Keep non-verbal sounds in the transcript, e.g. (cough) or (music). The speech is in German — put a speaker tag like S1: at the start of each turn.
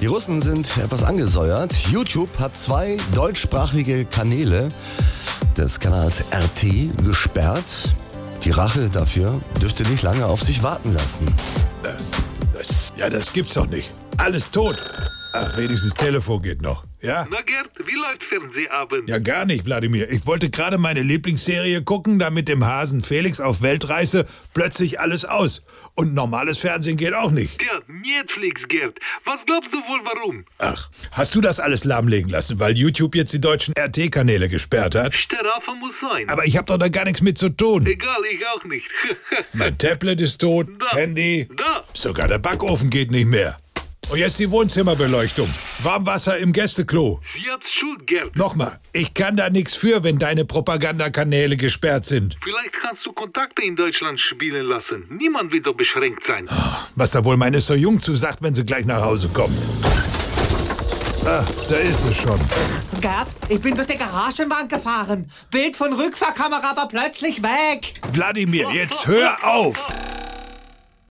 S1: Die Russen sind etwas angesäuert. YouTube hat zwei deutschsprachige Kanäle des Kanals RT gesperrt. Die Rache dafür dürfte nicht lange auf sich warten lassen.
S2: Das, ja, das gibt's doch nicht. Alles tot. Ach, wenigstens Telefon geht noch. Ja?
S3: Na Äh, Gerd, wie läuft Fernsehabend?
S2: Ja, gar nicht, Wladimir. Ich wollte gerade meine Lieblingsserie gucken, da mit dem Hasen Felix auf Weltreise plötzlich alles aus. Und normales Fernsehen geht auch nicht.
S3: Tja, Netflix, Gerd. Was glaubst du wohl warum?
S2: Ach, hast du das alles lahmlegen lassen, weil YouTube jetzt die deutschen RT-Kanäle gesperrt hat?
S3: Strafe muss sein.
S2: Aber ich hab doch da gar nichts mit zu tun.
S3: Egal, ich auch nicht. (laughs)
S2: Mein Tablet ist tot,
S3: Da.
S2: Handy,
S3: da,
S2: sogar der Backofen geht nicht mehr. Und jetzt die Wohnzimmerbeleuchtung. Warmwasser im Gästeklo.
S3: sie hat's schuld, Gerd.
S2: Nochmal, ich kann da nichts für, wenn deine Propagandakanäle gesperrt sind.
S3: Vielleicht kannst du Kontakte in Deutschland spielen lassen. Niemand wird doch beschränkt sein.
S2: Was da wohl meine Sojung zu sagt, wenn sie gleich nach Hause kommt. Ah, da ist es schon.
S4: Gerd, ich bin durch die Garagenwand gefahren. Bild von Rückfahrkamera war plötzlich weg.
S2: Wladimir, jetzt hör auf!